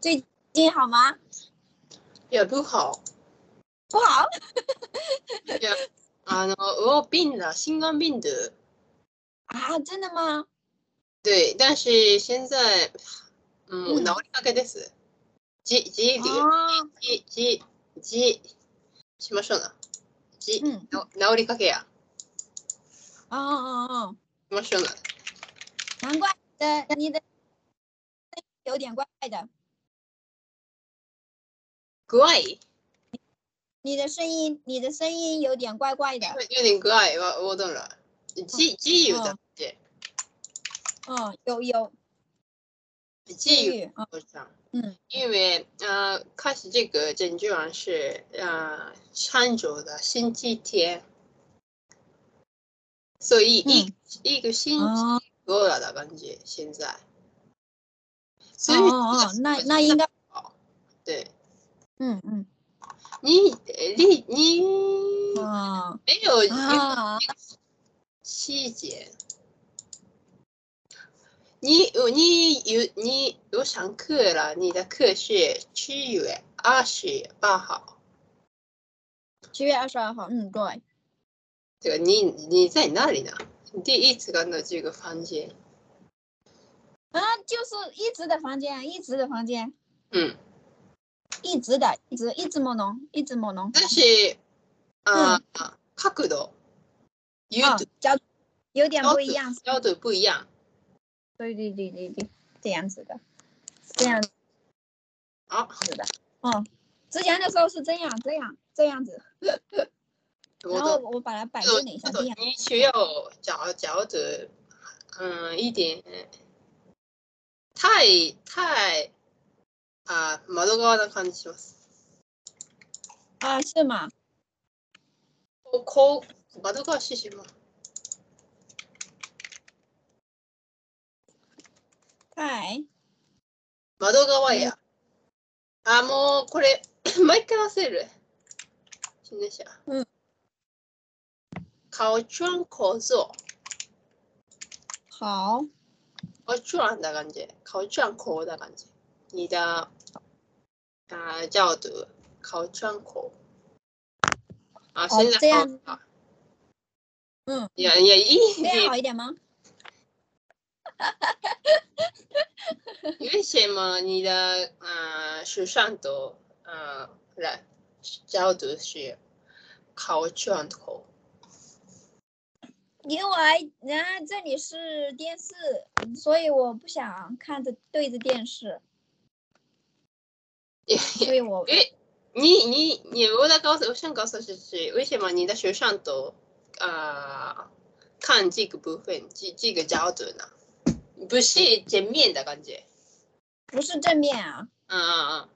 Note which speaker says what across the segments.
Speaker 1: 最近好吗？
Speaker 2: や、不好。
Speaker 1: 不好。
Speaker 2: いや、あの、我病了，心肝病的。
Speaker 1: 啊，真的吗？
Speaker 2: 对，但是现在，
Speaker 1: う
Speaker 2: 嗯，
Speaker 1: ん
Speaker 2: 治りかけです。じ、じり、
Speaker 1: 哦，
Speaker 2: じ、じ、じ、しましょうな。じ、
Speaker 1: 嗯，
Speaker 2: な治りかけや。
Speaker 1: 哦哦哦，
Speaker 2: しましょうな。
Speaker 1: 难怪你的你的有点怪怪的，
Speaker 2: 具合
Speaker 1: 你的声音你的声音有点怪怪的。
Speaker 2: 有点具合は我懂了。じ、自由だって。
Speaker 1: 嗯，有有
Speaker 2: 自由。
Speaker 1: 啊，
Speaker 2: 我想，
Speaker 1: 嗯，
Speaker 2: 因为呃，开始这个真菌王是呃上周的星期天，所以一、
Speaker 1: 嗯
Speaker 2: 一个星期
Speaker 1: 哦
Speaker 2: 过了的感觉，现在，所以
Speaker 1: 哦哦，那那应该，
Speaker 2: 对
Speaker 1: 嗯嗯，
Speaker 2: 你你你
Speaker 1: 哦
Speaker 2: 没有一个
Speaker 1: 啊，
Speaker 2: 细节。你你有你有上课了？你的课是七月二十八号。
Speaker 1: 七月二十二号，嗯，对，
Speaker 2: 这个你你在哪里呢？第一次看到这个房间，
Speaker 1: 啊，就是一直的房间，啊一直的房间，
Speaker 2: 嗯，
Speaker 1: 一直的，一直一直莫农，一直哦莫农，
Speaker 2: 但是啊、呃角度、角
Speaker 1: 啊
Speaker 2: 度、，
Speaker 1: 角有点
Speaker 2: 角
Speaker 1: 不
Speaker 2: 度
Speaker 1: 一样，
Speaker 2: 角度不一样
Speaker 1: 对对对对对，这样子的，这样子
Speaker 2: 啊！
Speaker 1: 的，嗯，之前的时候是这样这样这样子，
Speaker 2: 我
Speaker 1: 然后
Speaker 2: 懂，
Speaker 1: 我把它摆
Speaker 2: 我
Speaker 1: 正了一下，
Speaker 2: 我
Speaker 1: 这
Speaker 2: 懂
Speaker 1: 样，
Speaker 2: 你需要找角度，嗯，一点太太啊、窓側な感じします。
Speaker 1: 啊，是吗？
Speaker 2: こうこう窓側しします。
Speaker 1: 太，
Speaker 2: 窓側や。あ、もうこれ、 毎回忘れる。新電車。
Speaker 1: うん。
Speaker 2: 顔チュアン構造。
Speaker 1: 好，
Speaker 2: 顔チュアンだ感じ。顔チュアン構だ感じ。你的あー角度。顔チュアン構。あ、
Speaker 1: 好
Speaker 2: 现
Speaker 1: 这
Speaker 2: 在
Speaker 1: 样
Speaker 2: 好了。
Speaker 1: 嗯，
Speaker 2: いやいや、いい
Speaker 1: 这样好一点吗？
Speaker 2: 为什么你的呃时尚的呃来角度是靠转头？
Speaker 1: 因为然后这里是电视，所以我不想看着对着电视，
Speaker 2: 因
Speaker 1: 所以我
Speaker 2: 为你你你我的告诉我想告诉是为什么你的学生都呃看这个部分这这个角度呢？不是正面的感觉，
Speaker 1: 不是正面啊，
Speaker 2: 嗯嗯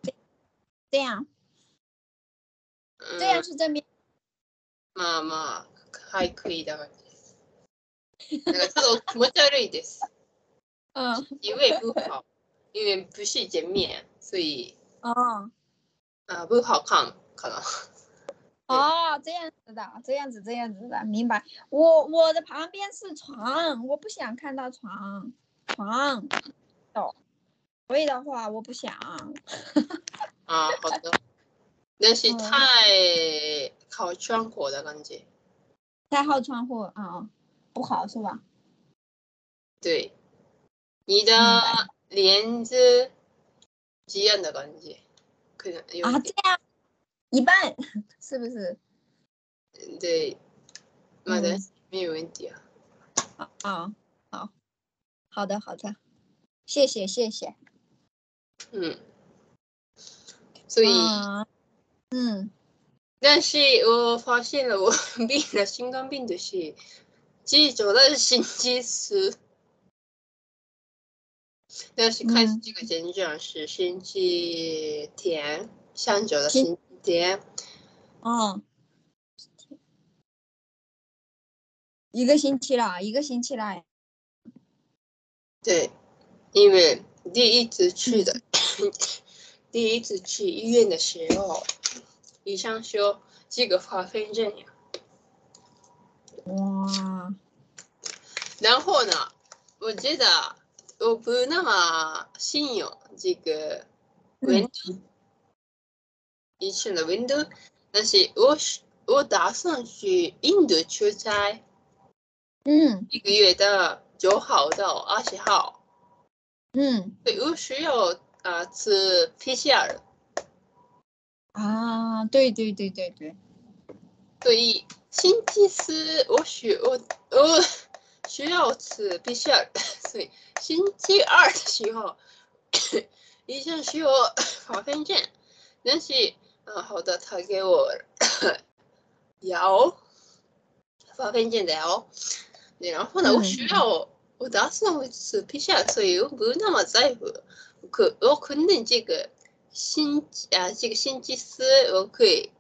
Speaker 1: 这样
Speaker 2: 嗯，
Speaker 1: 这样
Speaker 2: 嗯，
Speaker 1: 是正面，
Speaker 2: まあまあ还可以的感じ。なんかちょっと気持ち悪いです。
Speaker 1: 嗯，
Speaker 2: 因为不好，因为不是正面，所以
Speaker 1: 哦
Speaker 2: 啊、呃不好看，可能。
Speaker 1: 哦，这样子的，这样子这样子的，明白？我我的旁边是床，我不想看到床床，懂？所以的话我不想，
Speaker 2: 啊，好的。但是
Speaker 1: 嗯
Speaker 2: 太靠窗口的感觉，
Speaker 1: 太好窗户啊、哦不好是吧？
Speaker 2: 对，你的
Speaker 1: 明白
Speaker 2: 帘子这样的感觉，可能有
Speaker 1: 啊，
Speaker 2: 点
Speaker 1: 这样一半是不是？
Speaker 2: 对，那但
Speaker 1: 嗯
Speaker 2: 是没有问题啊。
Speaker 1: 啊、好，好的，好的，谢谢，谢谢。
Speaker 2: 嗯，所以，
Speaker 1: 啊嗯，
Speaker 2: 但是我发现了我 病了心脏病的是，记住的星期四，但是开始
Speaker 1: 嗯
Speaker 2: 这个症状是星期天，上周的
Speaker 1: 星
Speaker 2: 星期天，
Speaker 1: 哦，一个星期了，一个星期了，
Speaker 2: 对，因为第一次去的，第一次去医院的时候，医生说这个花粉症呀，
Speaker 1: 哇，
Speaker 2: 然后呢，我觉得我不那么信用这个
Speaker 1: 嗯
Speaker 2: window 一瞬的 window，但是我是我打算去印度出差
Speaker 1: 嗯
Speaker 2: 一个月的九号到二十号，
Speaker 1: 嗯
Speaker 2: 所以我需要啊、呃、吃 PCR，
Speaker 1: 啊，对对对对对，
Speaker 2: 所以星期四我需我我需要 吃 PCR，所以星期二的时候 医生需要 保健证，但是啊好的，他给我 药，保健证的药，然后呢
Speaker 1: 嗯
Speaker 2: 我需要我打算我吃 PCR，所以我不那么在乎，我可我肯定这个星啊这个星期四我可以。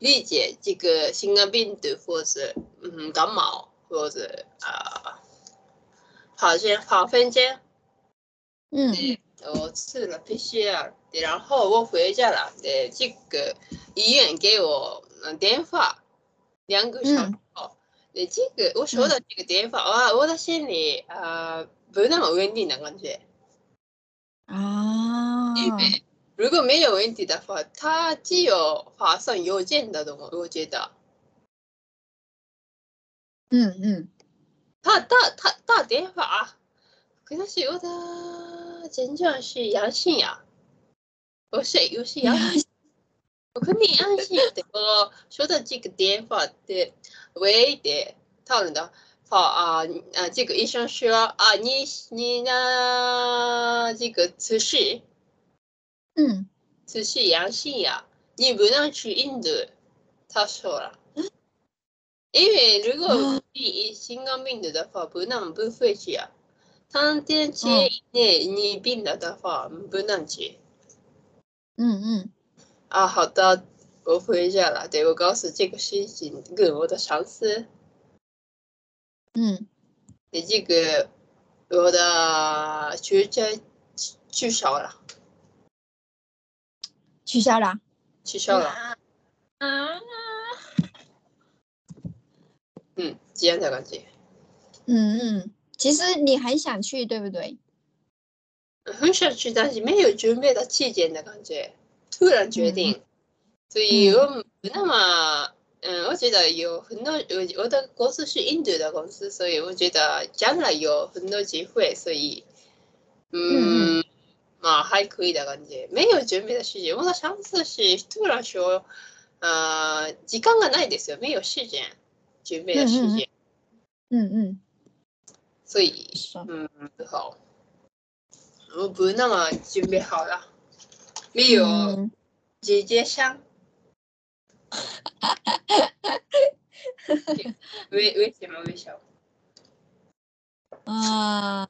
Speaker 2: 理解这个新冠病毒或者嗯感冒或者啊，好像好分间，
Speaker 1: 嗯
Speaker 2: 我吃了 PCR，然后我回家了，对这个医院给我嗯电话，两个小时后，对这个我收到这个电话，哇，我的心里啊不那么稳定的感觉，
Speaker 1: 啊，
Speaker 2: 因为如果没有问题的话，它只有发送邮件的东西，我觉得。
Speaker 1: 嗯嗯
Speaker 2: 他打他打电话，可是我的症状是阳性呀、我是我是阳性，我肯定阳性的。我收到这个电话的，喂的，讨论的，好啊啊，这个医生说啊，你你呢这个测试
Speaker 1: 嗯，
Speaker 2: 测试阳性呀、你不能去印度，他说了。因为如果你新冠病毒的话，不能不回去啊。三天之内你病了的话，不能去。
Speaker 1: 嗯嗯
Speaker 2: 啊，好的，我回家了。对，我告诉这个事情给我的上司，
Speaker 1: 嗯
Speaker 2: 对这个我的学姐取消了，
Speaker 1: 取消了。
Speaker 2: 取消了。
Speaker 1: 啊，
Speaker 2: 嗯，这样的感觉。
Speaker 1: 嗯嗯，其实你很想去，对不对？
Speaker 2: 很想去，但是没有准备的期间的感觉，突然决定，所以我不那么，嗯，我觉得有很多，我我的公司是印度的公司，所以我觉得将来有很多机会，所以，嗯，まあ还可以的感觉，没有准备的时间，我的上司是突然说，呃，時間がないですよ，没有时间，准备的
Speaker 1: 嗯
Speaker 2: 时
Speaker 1: 嗯
Speaker 2: 间，
Speaker 1: 嗯嗯，
Speaker 2: 所以，
Speaker 1: 是。
Speaker 2: 嗯，好，我不那么准备好了，没有。啊
Speaker 1: 嗯
Speaker 2: 姐 姐香。为为什么为什么？
Speaker 1: 啊，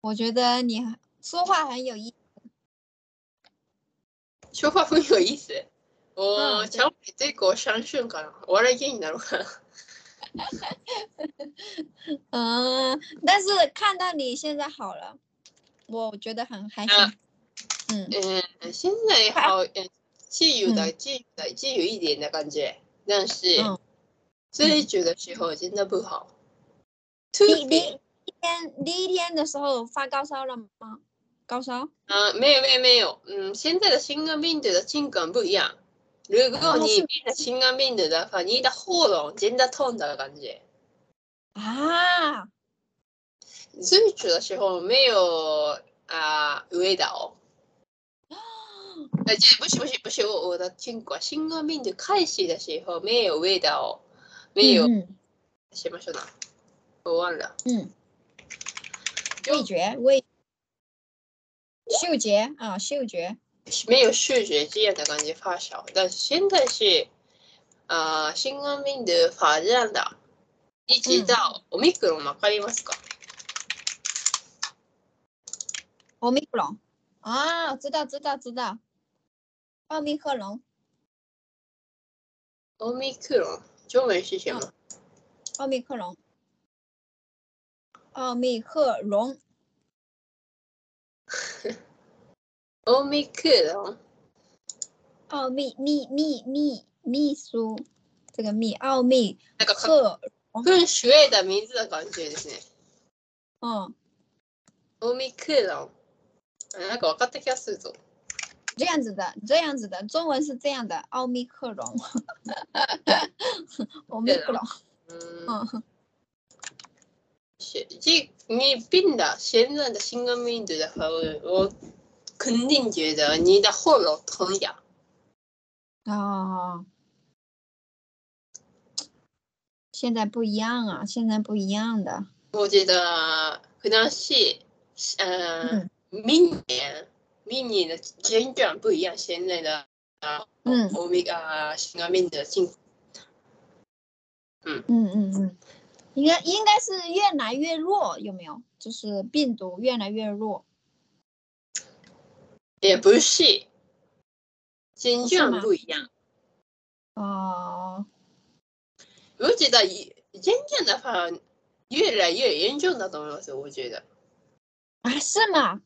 Speaker 1: 我觉得你说话很有意思。
Speaker 2: 说话很有意思。我
Speaker 1: 嗯对
Speaker 2: 成为这个上瞬かな。我来给你 なるかな。
Speaker 1: 嗯，但是看到你现在好了，我觉得很开心。嗯
Speaker 2: 嗯，现在好，嗯，自由的自由的自由一点的感觉，但是
Speaker 1: 嗯
Speaker 2: 最久的时候真的不好。特
Speaker 1: 你你
Speaker 2: 别
Speaker 1: 一天第一天的时候发高烧了吗？高烧？
Speaker 2: 啊，没有没有没有，嗯，现在的新冠病毒的情况不一样。如果你
Speaker 1: 是
Speaker 2: 变得新冠病毒的话，你的喉咙真的痛的感觉。
Speaker 1: 啊，
Speaker 2: 最初的时候没有啊、味道。呃，这不是不是不是我我的情况，新冠病毒开始的时候没有味道，没有、
Speaker 1: 嗯
Speaker 2: 什么说呢？我忘了。
Speaker 1: 嗯，
Speaker 2: 就
Speaker 1: 味觉味，嗅觉啊，嗅觉。
Speaker 2: 没有嗅觉这样的感觉发烧，但是现在是啊、新冠病毒发展的，一直到オミクロンわかりますか？
Speaker 1: 奥密克戎啊，知道知道知道，奥密克戎，
Speaker 2: オミクロン中文是什么？
Speaker 1: 奥密克戎，奥密克戎，
Speaker 2: オミクロン
Speaker 1: 奥密密密密秘书，这个密奥密
Speaker 2: なんかか
Speaker 1: 克，
Speaker 2: 噴水的名字的感觉ですね。
Speaker 1: 嗯
Speaker 2: オミクロン。あなんか分かった気がするぞ。
Speaker 1: 这样子的，这样子的，中文是这样的，奥密克 戎，奥密克戎，
Speaker 2: 嗯，
Speaker 1: 嗯，
Speaker 2: 是这你病的现在的新冠病毒的话，我我肯定觉得你的喉咙疼痒。
Speaker 1: 哦，现在不一样啊，现在不一样的，
Speaker 2: 我觉得可能是，呃
Speaker 1: 嗯，
Speaker 2: 明年明年的症状不一样，现在的啊，
Speaker 1: 嗯
Speaker 2: 欧米伽新冠病毒的情况
Speaker 1: 嗯嗯嗯，应该应该是越来越弱，有没有？就是病毒越来越弱，
Speaker 2: 也不是，症
Speaker 1: 不
Speaker 2: 状
Speaker 1: 是吗
Speaker 2: 不一样。
Speaker 1: 哦，
Speaker 2: 我觉得一症状的话越来越严重だと思います。我觉得。
Speaker 1: 啊，是吗？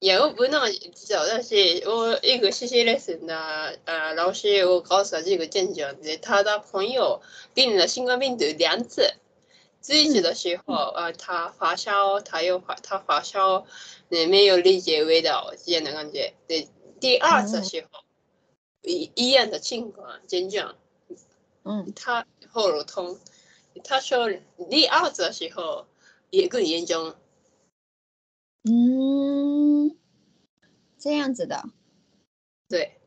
Speaker 2: いや、我不那么知道，但是我一个实习 lesson 的呃老师，我告诉他这个症状的，他的朋友病了新冠病毒两次，最初的时候呃他发烧，他又发他发烧，嗯没有理解味道这样的感觉，对，第二次的时候一一样的情况症状，
Speaker 1: 嗯，
Speaker 2: 他喉咙痛，他说第二次的时候也更严重，
Speaker 1: 嗯，这样子的。
Speaker 2: 对，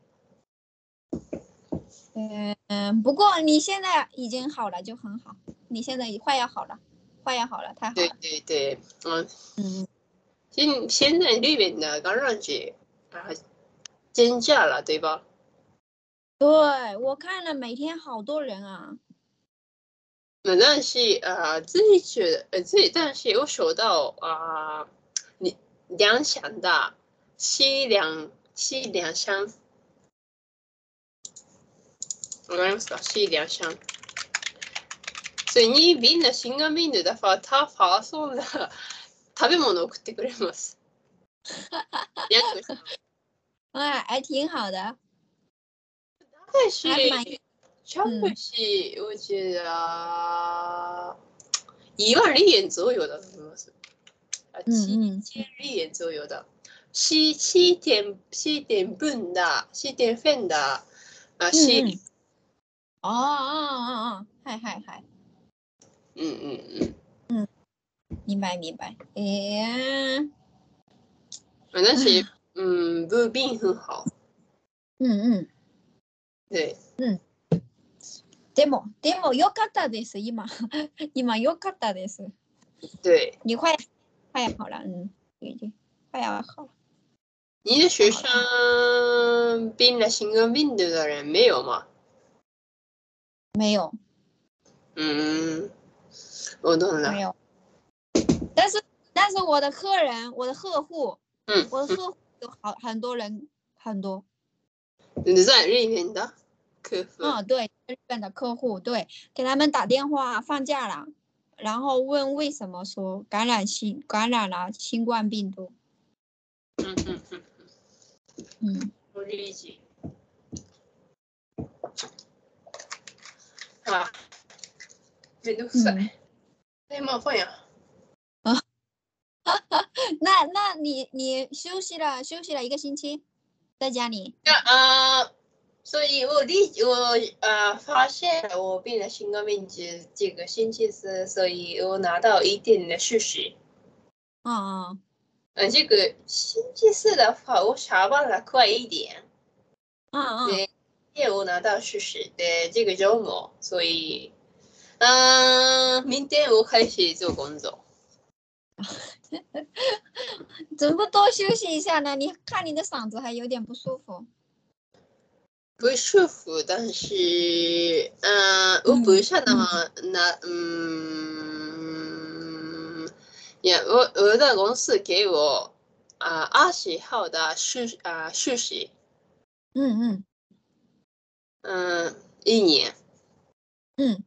Speaker 1: 嗯，不过你现在已经好了，就很好。你现在快要好了，快要好了，太好
Speaker 2: 对
Speaker 1: 了。
Speaker 2: 对对，嗯。
Speaker 1: 嗯，
Speaker 2: 现现在日本的感染者啊增加了，对吧？
Speaker 1: 对我看了，每天好多人啊。
Speaker 2: 那但是呃，自己觉得呃自己，但是我收到啊，你两箱的西凉西凉香，わかりますか？西凉香。所以にみんな新冠病毒だから他发送的食べ物を送ってくれます。两个箱
Speaker 1: 哎，还挺好的。
Speaker 2: 但是
Speaker 1: 还蛮嗯
Speaker 2: 川普是，我觉得一万日元左右的，啊，
Speaker 1: 嗯
Speaker 2: 七千日元左右的，七七点七点分的，七点分的，啊，
Speaker 1: 嗯
Speaker 2: 是，
Speaker 1: 嗯。哦哦哦哦，嗨嗨嗨，
Speaker 2: 嗯嗯嗯，
Speaker 1: 明白明白。哎，
Speaker 2: 反正是，嗯，不病很好，
Speaker 1: 嗯うん。
Speaker 2: 对，
Speaker 1: でもでも良かったです今今良かったです。
Speaker 2: 对，
Speaker 1: 你快快好了，嗯，已经快要好了。
Speaker 2: 你的学生病了新冠病毒的人没有吗？
Speaker 1: 没有
Speaker 2: 嗯，我懂了
Speaker 1: 没，有，但是但是我的客人，我的客户，
Speaker 2: 嗯，
Speaker 1: 我的客户有好很多人很多，
Speaker 2: 你在日本的客服。
Speaker 1: 嗯，对，日本的客户，对，给他们打电话放假了，然后问为什么说感染新感染了新冠病毒，
Speaker 2: 嗯嗯嗯嗯，
Speaker 1: 嗯，
Speaker 2: 我理解。啊，めんどくさ
Speaker 1: 嗯
Speaker 2: い。え、まあ、ファンや。
Speaker 1: 那那你你休息了休息了一个星期，在家里，
Speaker 2: いや、あー所以我理我呃发现我变了新冠病毒这个星期四，所以我拿到一点的讯息。
Speaker 1: 嗯嗯，
Speaker 2: 嗯，这个星期四的话，我下班了快一点，
Speaker 1: 嗯嗯，
Speaker 2: 对，因为我拿到讯息的这个周末，所以，嗯、明天我开始做工作。
Speaker 1: 怎么不多休息一下呢？你看你的嗓子还有点不舒服。
Speaker 2: 不舒服，但是，嗯、我不想那么那，嗯，也我我的公司给我啊二十号的休啊休息，
Speaker 1: 嗯嗯。
Speaker 2: 嗯，一年，
Speaker 1: 嗯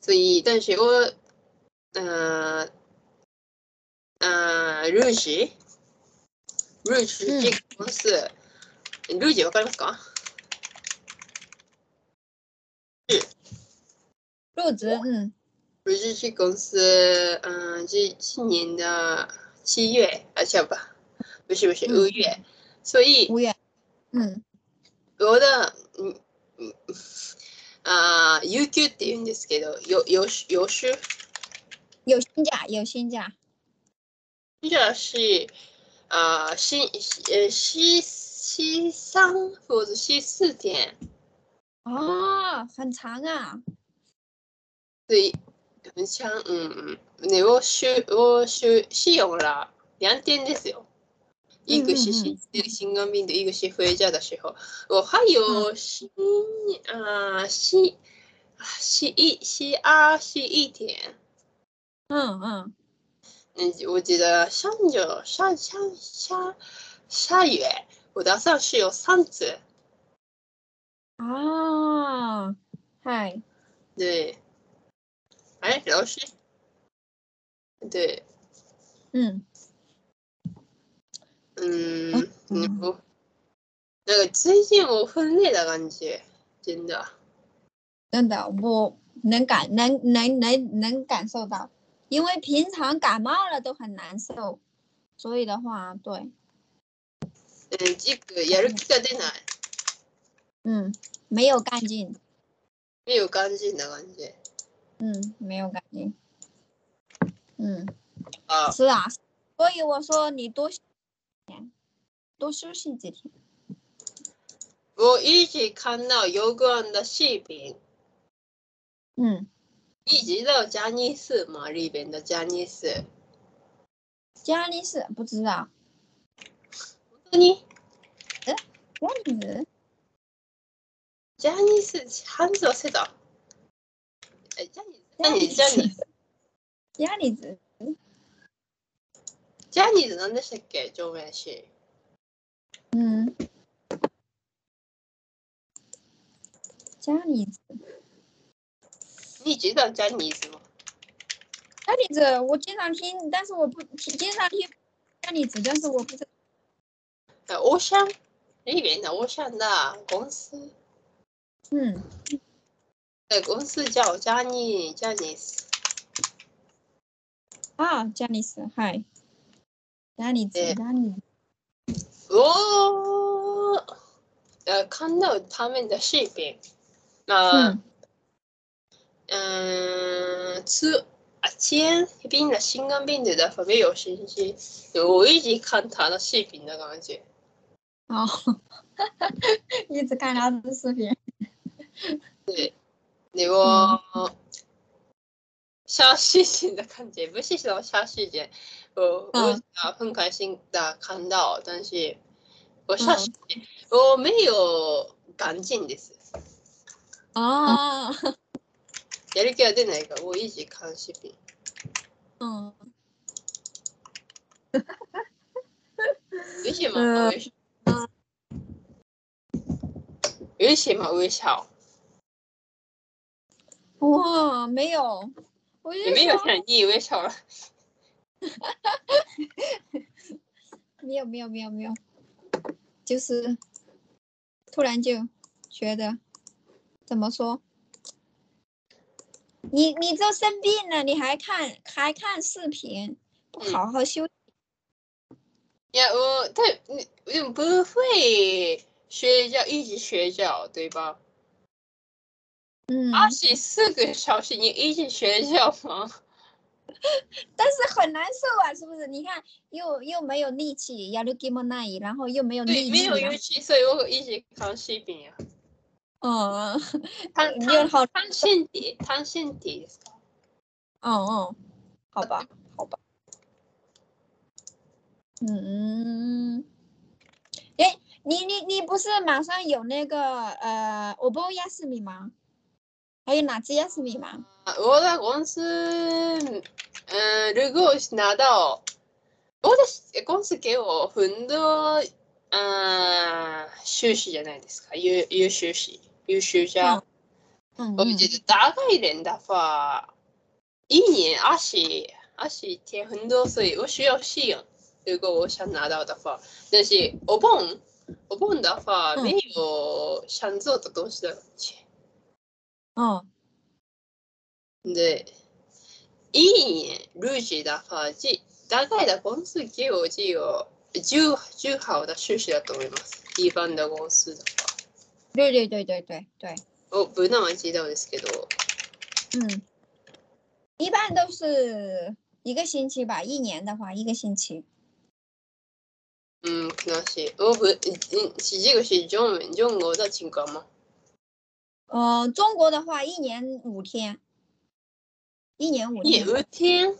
Speaker 2: 所以，但是我，嗯、嗯、入职，入职这个公司，入职わかりますか？
Speaker 1: 入职，嗯
Speaker 2: 不是去公司，嗯、这去年的七月啊，不不，不是不是
Speaker 1: 嗯
Speaker 2: 五月，所以
Speaker 1: 无缘。嗯，
Speaker 2: 我的嗯嗯あー有給って言うんですけど、よよしよし
Speaker 1: 有薪假，有薪假。
Speaker 2: じゃあしあーししえーしし三或者し四天。
Speaker 1: 哦，很长啊。
Speaker 2: 对，很像嗯嗯，ね我週我週しよら两天ですよ。一个是
Speaker 1: 嗯
Speaker 2: 新
Speaker 1: 嗯
Speaker 2: 新冠病毒，一个是回家的时候。我还有新啊新啊新一新二新一天。
Speaker 1: 嗯嗯，
Speaker 2: 嗯，我记得上周上上上下月，我的上是有三次。
Speaker 1: 啊，嗨，
Speaker 2: 对，哎，老师，对，
Speaker 1: 嗯，
Speaker 2: 嗯，你
Speaker 1: 嗯
Speaker 2: 不，那个最近我很累的感觉，真的。
Speaker 1: 真的，我能感能能能能感受到，因为平常感冒了都很难受，所以的话，对，
Speaker 2: 嗯，这个やる気が出ない、
Speaker 1: 嗯，没有干劲，
Speaker 2: 没有干劲的感觉。
Speaker 1: 嗯，没有干劲，嗯，
Speaker 2: 啊，
Speaker 1: 是啊，所以我说你多休息几天多休息几天，
Speaker 2: 我一直看到有关的视频，
Speaker 1: 嗯，
Speaker 2: 一直到加尼斯嘛，里边的加尼斯。
Speaker 1: 家里是不知道，
Speaker 2: 你
Speaker 1: 这样子，
Speaker 2: 加尼斯汉字知道？哎，加尼斯，那你加尼斯，
Speaker 1: 家里子，
Speaker 2: 加尼斯何でしたっけ？上面是。
Speaker 1: 嗯，家里子。
Speaker 2: 你知道加尼斯吗？
Speaker 1: 家里子我经常听，但是我不听，经常听家里子，但是我不知道。
Speaker 2: 呃，欧山里面的欧山的公司，
Speaker 1: 嗯，
Speaker 2: 呃，公司叫加尼加尼斯，
Speaker 1: 啊，家里子，嗨，家里子，
Speaker 2: 对
Speaker 1: 家里子，
Speaker 2: 我呃看到他们的视频，那
Speaker 1: 嗯
Speaker 2: 嗯，次啊前一边的新冠病毒的发病有信息，我一直看他的视频的感觉，呃
Speaker 1: 哦， 一直看他的视频，
Speaker 2: で我。 消息人的感觉，不是说消息人，我
Speaker 1: 嗯
Speaker 2: 我想很开心的看到，但是我消息人、我没有干净です。
Speaker 1: 哦，
Speaker 2: やる気が出ないから、我一直看视频。
Speaker 1: 嗯，
Speaker 2: 为什么
Speaker 1: 嗯
Speaker 2: 我也为什么微笑？
Speaker 1: 哇，没有，我就
Speaker 2: 你没有
Speaker 1: 说
Speaker 2: 像你微笑了。
Speaker 1: 没有没有没有没有，就是突然就觉得怎么说？你你都生病了，你还看还看视频，不
Speaker 2: 嗯
Speaker 1: 好好休息
Speaker 2: いや、我但你你不会睡觉，一直睡觉，对吧？
Speaker 1: 嗯，
Speaker 2: 二十四个小时，你一直睡觉吗？
Speaker 1: 但是很难受啊，是不是？你看，又又没有力气，やる気もない，然后又没有
Speaker 2: 对，
Speaker 1: 力
Speaker 2: 没
Speaker 1: 气，
Speaker 2: 有勇气，所以我一直看视频啊。
Speaker 1: 嗯，
Speaker 2: 看
Speaker 1: 你又
Speaker 2: 看
Speaker 1: 好，
Speaker 2: 看身体，看身体ですか。
Speaker 1: 嗯嗯，好吧，好吧，嗯，哎，你你你不是马上有那个呃，お盆休み吗？还有夏休み吗？
Speaker 2: 我的公司，嗯，如果拿到我的公司给我很多，嗯，休息じゃないですか？有有休息，有休假。
Speaker 1: 嗯
Speaker 2: 我觉得大概连的话，一年二十二十天很多，所以我需要适应。如果我想拿到的话，但是お盆，お盆的话
Speaker 1: 嗯
Speaker 2: 没有想做的东西的感觉。
Speaker 1: 嗯
Speaker 2: で、いいね、ルージーだファージ、だからだ、この次をじよ、 10, 10号だ終始だと思います。イーバンダゴンスだか
Speaker 1: 对对对对对对，
Speaker 2: ら。お、ブナは一度ですけど、
Speaker 1: 嗯，一般都是一个星期吧，一年的话一个星期。
Speaker 2: うん、悲しい。お、ブ、シジグシ、ジョン、ジョンゴだ、チンカマ。
Speaker 1: 呃，中国的话一年五天，一年五
Speaker 2: いえ、
Speaker 1: 天。
Speaker 2: ウ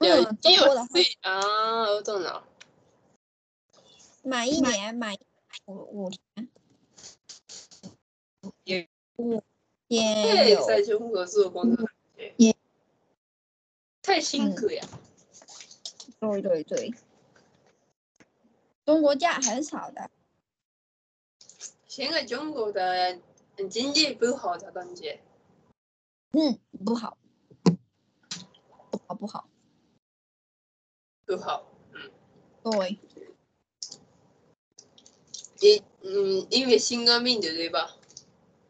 Speaker 2: テンいや、
Speaker 1: 嗯中
Speaker 2: う、ち
Speaker 1: 国的
Speaker 2: は
Speaker 1: 话
Speaker 2: 低い。あー、うどんな。
Speaker 1: 满一年满五五天。
Speaker 2: 也
Speaker 1: 五
Speaker 2: え
Speaker 1: 天
Speaker 2: え
Speaker 1: 有，
Speaker 2: 最初、我做工作。
Speaker 1: いえ
Speaker 2: 太辛苦や。
Speaker 1: 对对对，中国假很少的。
Speaker 2: 现在中国的经济不好的感觉。
Speaker 1: 嗯，不好，不好不好。
Speaker 2: 不好。
Speaker 1: 对，
Speaker 2: 也嗯，因为新冠病毒对吧？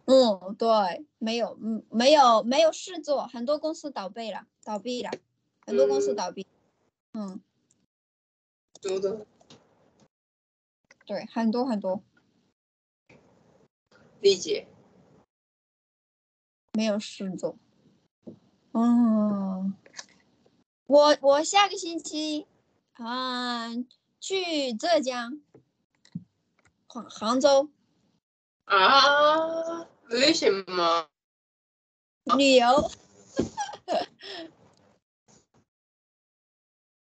Speaker 1: 嗯，对，没有，嗯，没有没有事做，很多公司倒闭了，倒闭了，很多公司
Speaker 2: 嗯
Speaker 1: 倒闭。嗯，
Speaker 2: 多多。
Speaker 1: 对，很多很多
Speaker 2: 理解。
Speaker 1: 没有事做。嗯，我我下个星期，嗯，去浙江，杭杭州
Speaker 2: 啊？为什么？
Speaker 1: 旅游。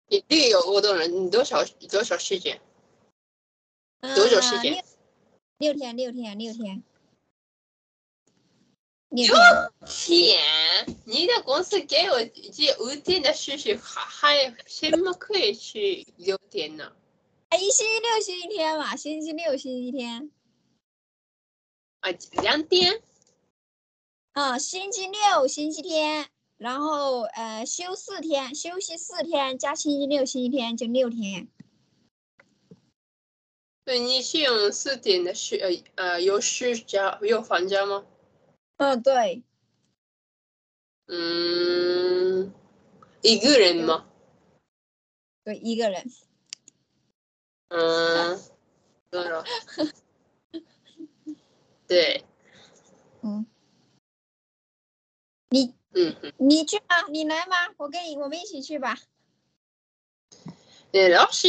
Speaker 2: 你旅游活动了？你多少多少时间？多久时
Speaker 1: 啊
Speaker 2: 间？
Speaker 1: 六六天，六天，六天。六
Speaker 2: 哟
Speaker 1: 天。啊
Speaker 2: 天，你的公司给我这五天的休息，还还什么可以去六天呢？
Speaker 1: 哎，一星期六、星期天嘛，星期六、星期天
Speaker 2: 啊，两天？
Speaker 1: 啊、星期六、星期天，然后呃休四天，休息四天加星期六、星期天就六天。
Speaker 2: 对，你是用四天的休呃呃有休假有放假吗？
Speaker 1: 嗯，对，
Speaker 2: 嗯，一个人吗？
Speaker 1: 对，一个人。
Speaker 2: 嗯，多少？对，
Speaker 1: 嗯，你
Speaker 2: 嗯嗯。
Speaker 1: 你去吗？你来吗？我跟你我们一起去吧。
Speaker 2: 对，老师，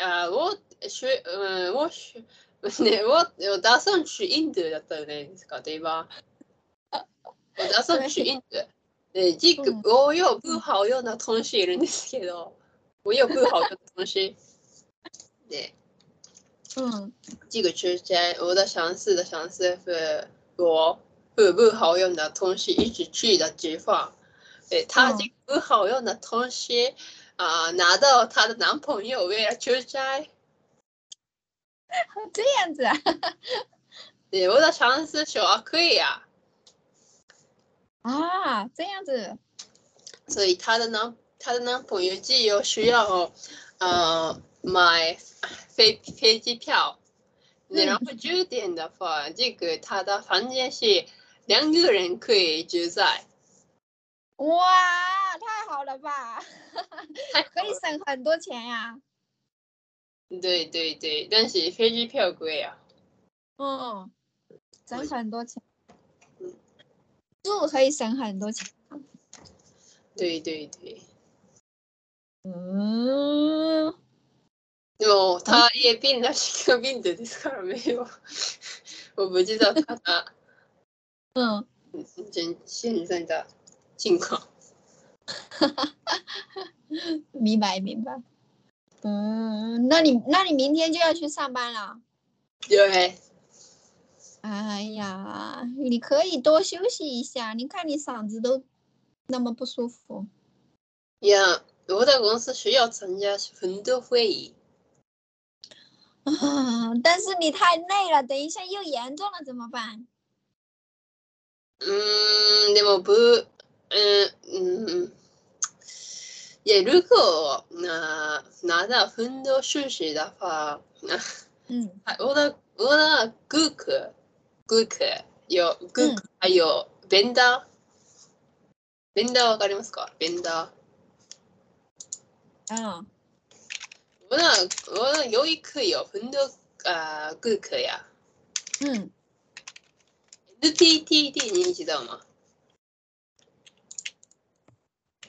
Speaker 2: 呃，我学，嗯，我学，ね、我我打算去印度だったじゃないですか、对吧？我打算去印度。对，这个
Speaker 1: 嗯
Speaker 2: 我有不好用的东西いるんですけど、我有不好用的东西。对，
Speaker 1: 嗯
Speaker 2: 这个之前我的上司的呃上司和我和不好用的东西一起去的地方，对他
Speaker 1: 嗯
Speaker 2: 这个不好用的东西啊、拿到她的男朋友为了出差。
Speaker 1: 这样子啊。
Speaker 2: 对，我的上司说啊可以啊，
Speaker 1: 啊，这样子。
Speaker 2: 所以她的男她的男朋友只有需要呃买飞飞机票，
Speaker 1: 嗯
Speaker 2: 然后酒店的话，这个她的房间是两个人可以住在，
Speaker 1: 哇，太好了吧！
Speaker 2: 太
Speaker 1: 可以省很多钱呀、
Speaker 2: 对对对，但是飞机票贵啊。
Speaker 1: 嗯，省
Speaker 2: 对
Speaker 1: 很多钱
Speaker 2: 嗯，
Speaker 1: 住可以省很多钱。
Speaker 2: 对对对，
Speaker 1: 嗯，
Speaker 2: でも他也变了 是个病的ですから没有， 我不知道他的
Speaker 1: 嗯，
Speaker 2: 现现在的情况。
Speaker 1: 明白明白。嗯，那你那你明天就要去上班了。
Speaker 2: 对，
Speaker 1: 哎呀，你可以多休息一下。你看你嗓子都那么不舒服。
Speaker 2: いや、我的公司需要参加很多会议。
Speaker 1: 啊，但是你太累了，等一下又严重了怎么办？
Speaker 2: うーん、でも、ぶ、うん、うん。いや、如果那拿到很多休息的话，那
Speaker 1: 嗯
Speaker 2: 我的我的顾客顾客有顾
Speaker 1: 嗯
Speaker 2: 客还有 vendor vendor わかりますか vendor
Speaker 1: 啊，
Speaker 2: 我我那我那有一课有很多呃顾客呀
Speaker 1: 嗯，
Speaker 2: ，NTTT 你知道吗？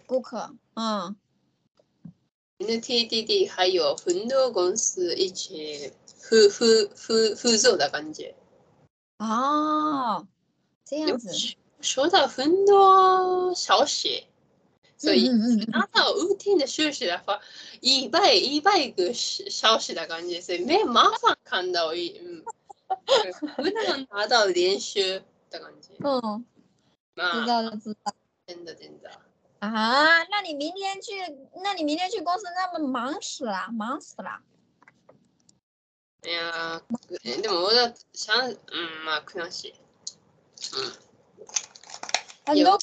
Speaker 1: 顾客，嗯
Speaker 2: NTTT 还有很多公司一起合合合合作的感觉。
Speaker 1: 哦，这样子，
Speaker 2: 收到很多消息，所以
Speaker 1: 嗯嗯嗯
Speaker 2: 拿到五天的休息的话，一百一百个消息的感觉，所以没麻烦看到一嗯，不能拿到连续的感觉。
Speaker 1: 嗯，知
Speaker 2: 嘛，
Speaker 1: 道了知道了
Speaker 2: 真的真的，
Speaker 1: 啊，那你明天去，那你明天去公司，那么忙死了，忙死了。
Speaker 2: 哎呀，でも我だ想嗯うんまあ悔しい。
Speaker 1: 很
Speaker 2: 有
Speaker 1: 多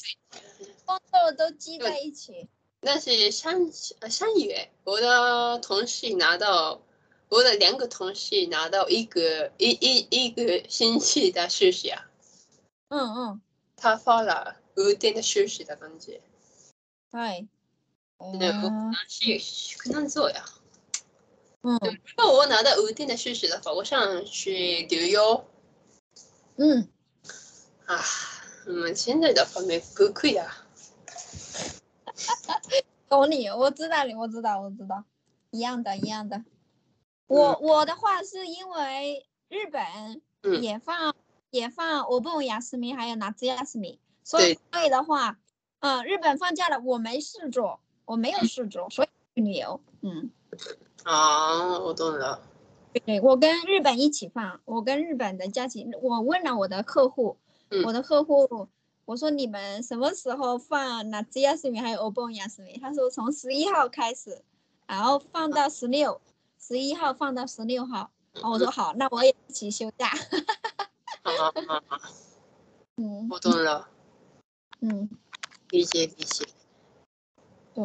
Speaker 1: 工作都积在一起。
Speaker 2: 但是上呃上月我的同事拿到，我的两个同事拿到一个一一一个星期的休息啊，
Speaker 1: 嗯嗯，
Speaker 2: 他发了五天的休息的感觉，
Speaker 1: 对。
Speaker 2: 对
Speaker 1: 嗯
Speaker 2: 啊是很难做呀。
Speaker 1: 嗯
Speaker 2: 如果我拿到五天的休息的话，我想去旅游
Speaker 1: 嗯，
Speaker 2: 啊。嗯，现在的话没不贵啊的，
Speaker 1: 懂你，我知道你，我知道，我知道，一样的，一样的。我我的话是因为日本
Speaker 2: 嗯
Speaker 1: 也放、也放欧蹦雅思米，还有拿兹雅思米，所以
Speaker 2: 对
Speaker 1: 所以的话，嗯，日本放假了，我没事做，我没有事做，所以去旅游。嗯，
Speaker 2: 啊，我懂了。
Speaker 1: 对，我跟日本一起放，我跟日本的假期，我问了我的客户，
Speaker 2: 嗯
Speaker 1: 我的客户，我说你们什么时候放哪只亚斯米还有欧蹦亚斯米？他说从十一号开始，然后放到十六，十一号放到十六号。
Speaker 2: 嗯
Speaker 1: 然后我说好，那我也一起休假。
Speaker 2: 啊，啊啊
Speaker 1: 嗯
Speaker 2: 我懂了，
Speaker 1: 嗯，
Speaker 2: 理解理解。
Speaker 1: 对，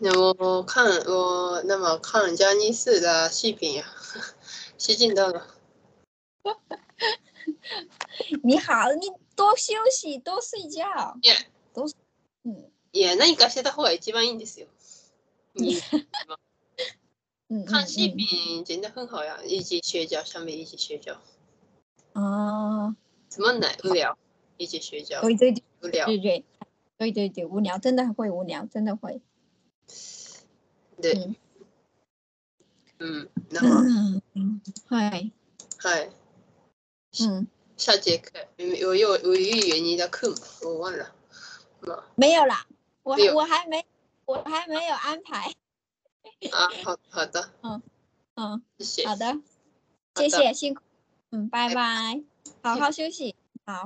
Speaker 2: 那我看我那么看佳妮斯的视频 呀，吸进到了。
Speaker 1: 你好，你多休息，多睡觉。
Speaker 2: いや
Speaker 1: 嗯
Speaker 2: いや何かしてた方が一番いいんですよ。你
Speaker 1: 嗯嗯
Speaker 2: 看视
Speaker 1: 嗯。
Speaker 2: 频真的很好呀，一起睡觉，上面一起睡觉，
Speaker 1: 哦，
Speaker 2: つまんない无聊，一起睡觉
Speaker 1: 对对对
Speaker 2: 无聊。
Speaker 1: 对对对对对，无聊真的会无聊，真的会。
Speaker 2: で
Speaker 1: うん、
Speaker 2: うん、なんか
Speaker 1: 嗯， はい。
Speaker 2: はい。
Speaker 1: 嗯，
Speaker 2: 下节课我又我又原你的课嘛，我忘了。まあ
Speaker 1: 没有啦，我
Speaker 2: 没有
Speaker 1: 我还没我还没有安排。
Speaker 2: あ、啊好好的，
Speaker 1: 嗯，
Speaker 2: 谢谢
Speaker 1: 好。的，
Speaker 2: 好
Speaker 1: 谢
Speaker 2: 的
Speaker 1: 谢，辛苦。嗯，拜
Speaker 2: 拜
Speaker 1: 拜，好好休息。好，